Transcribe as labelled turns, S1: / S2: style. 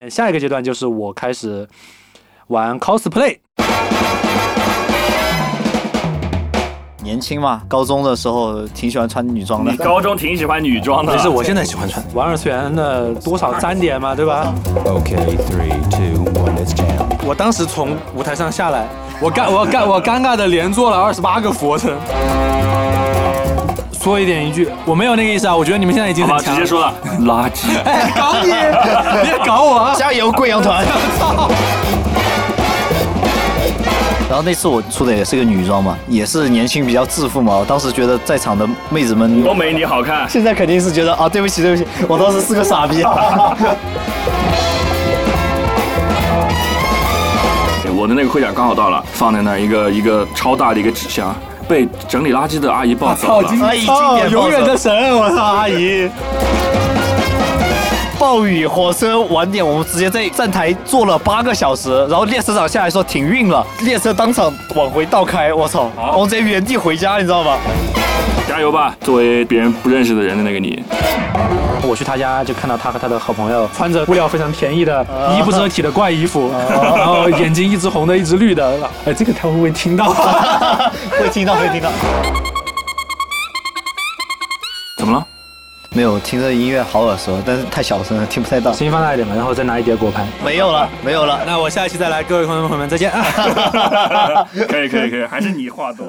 S1: 呃下一个阶段就是我开始玩 cosplay，
S2: 年轻嘛，高中的时候挺喜欢穿女装
S3: 你
S2: 的。
S3: 高中挺喜欢女装的
S4: 但，是啊我现在喜欢穿。
S1: 玩二次元的多少沾点嘛，对吧？
S5: Okay, three, two, one, let's jam.
S4: 我当时从舞台上下来，我尴我尴我尴尬的连做了二十八个俯卧撑。说一点一句，我没有那个意思啊，我觉得你们现在已经
S3: 好
S4: 很
S3: 吧，
S4: 强
S3: 直
S4: 了。
S3: 接说了，垃圾。
S4: 哎，搞你， 别搞我 啊！
S2: 加油，贵阳团！然后那次我出的也是个女装嘛，也是年轻比较自负嘛。我当时觉得在场的妹子们，
S3: 都没你好看。
S2: 现在肯定是觉得啊，对不起，对不起，我当时是个 傻逼。
S3: 我的那个盔甲刚好到了，放在那儿一个一个超大的一个纸箱，被整理垃圾的阿姨抱
S1: 啊
S3: 走了。
S2: 阿姨，经典
S4: 永远的
S2: 神，我操，阿姨！暴雨、火车晚点，我们直接在站台坐了八个小时，然后列车长下来说停运了，列车当场往回倒开，我操，我们直接原地回家，你知道吗？
S3: 加油吧，作为别人不认识的人的那个你，
S1: 我去他家就看到他和他的好朋友穿着布料非常便宜的、衣不遮体的怪衣服，然后眼睛一直红的，一直绿的。啊 哎，这个他会不会听 到？
S2: 会听到，会听到。
S3: 怎么了？
S2: 没有，听着音乐好耳熟，但是太小声了，听不太到。
S1: 声音放大一点嘛，然后再拿一叠果 盘。
S2: 没有了，没有了。
S4: 那我下一期再来，各位观众朋友们再见啊！
S3: 可以可以可以，还是你话多。